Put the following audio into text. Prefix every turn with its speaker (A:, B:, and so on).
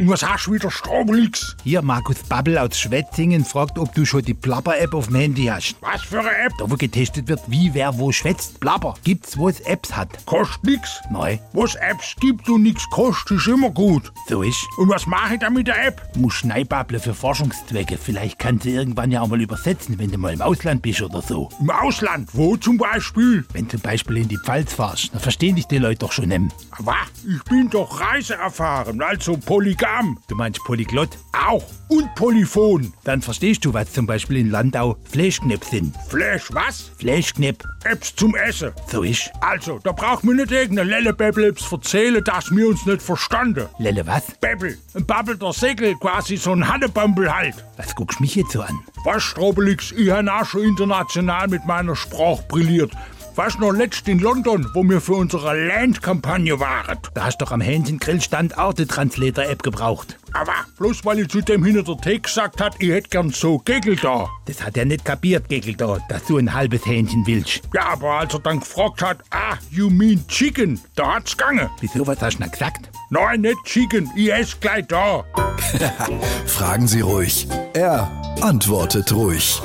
A: Und was hast du wieder, Stroblix?
B: Hier, Markus Babbel aus Schwetzingen fragt, ob du schon die Plapper-App auf dem Handy hast.
A: Was für eine App?
B: Da wo getestet wird, wie wer wo schwätzt. Plapper gibt's, wo es Apps hat.
A: Kostet nix.
B: Neu,
A: Was Apps gibt und nichts kostet, ist immer gut.
B: so ist.
A: Und was mache ich da mit der App?
B: Muss Schneibabble für Forschungszwecke. Vielleicht kannst du irgendwann ja auch mal übersetzen, wenn du mal im Ausland bist oder so.
A: Im Ausland, wo zum Beispiel?
B: Wenn zum Beispiel in die Pfalz fahrst, dann verstehen dich die Leute doch schon. Ähm.
A: Aber ich bin doch reiseerfahren, also polygam.
B: Du meinst Polyglott?
A: Auch. Und polyphon.
B: Dann verstehst du, was zum Beispiel in Landau Fleischknepp sind.
A: Flash was?
B: Fleischknepp,
A: Apps zum Essen.
B: so ist.
A: Also, da braucht man nicht irgendeine Lellebäbblips erzählen, dass wir uns nicht verstanden.
B: Lelle, was?
A: Bäbbel, ein babbelter Segel, quasi so ein Hannebambel halt.
B: Was guckst mich jetzt so an?
A: Was, Strobelix, ich habe auch schon international mit meiner Sprache brilliert. Was noch letzt in London, wo wir für unsere Landkampagne waren.
B: Da hast doch am Hähnchengrill-Stand auch die Translator-App gebraucht.
A: Aber bloß weil ich zu dem hinter der Theke gesagt hat, ich hätte gern so Gegel da.
B: Das hat er nicht kapiert, Gegel da, dass du ein halbes Hähnchen willst.
A: Ja, aber als er dann gefragt hat, ah, you mean chicken, da hat's gange.
B: Wieso, was hast du denn gesagt?
A: Nein, nicht chicken, ich ess gleich da.
C: Fragen Sie ruhig. Er antwortet ruhig.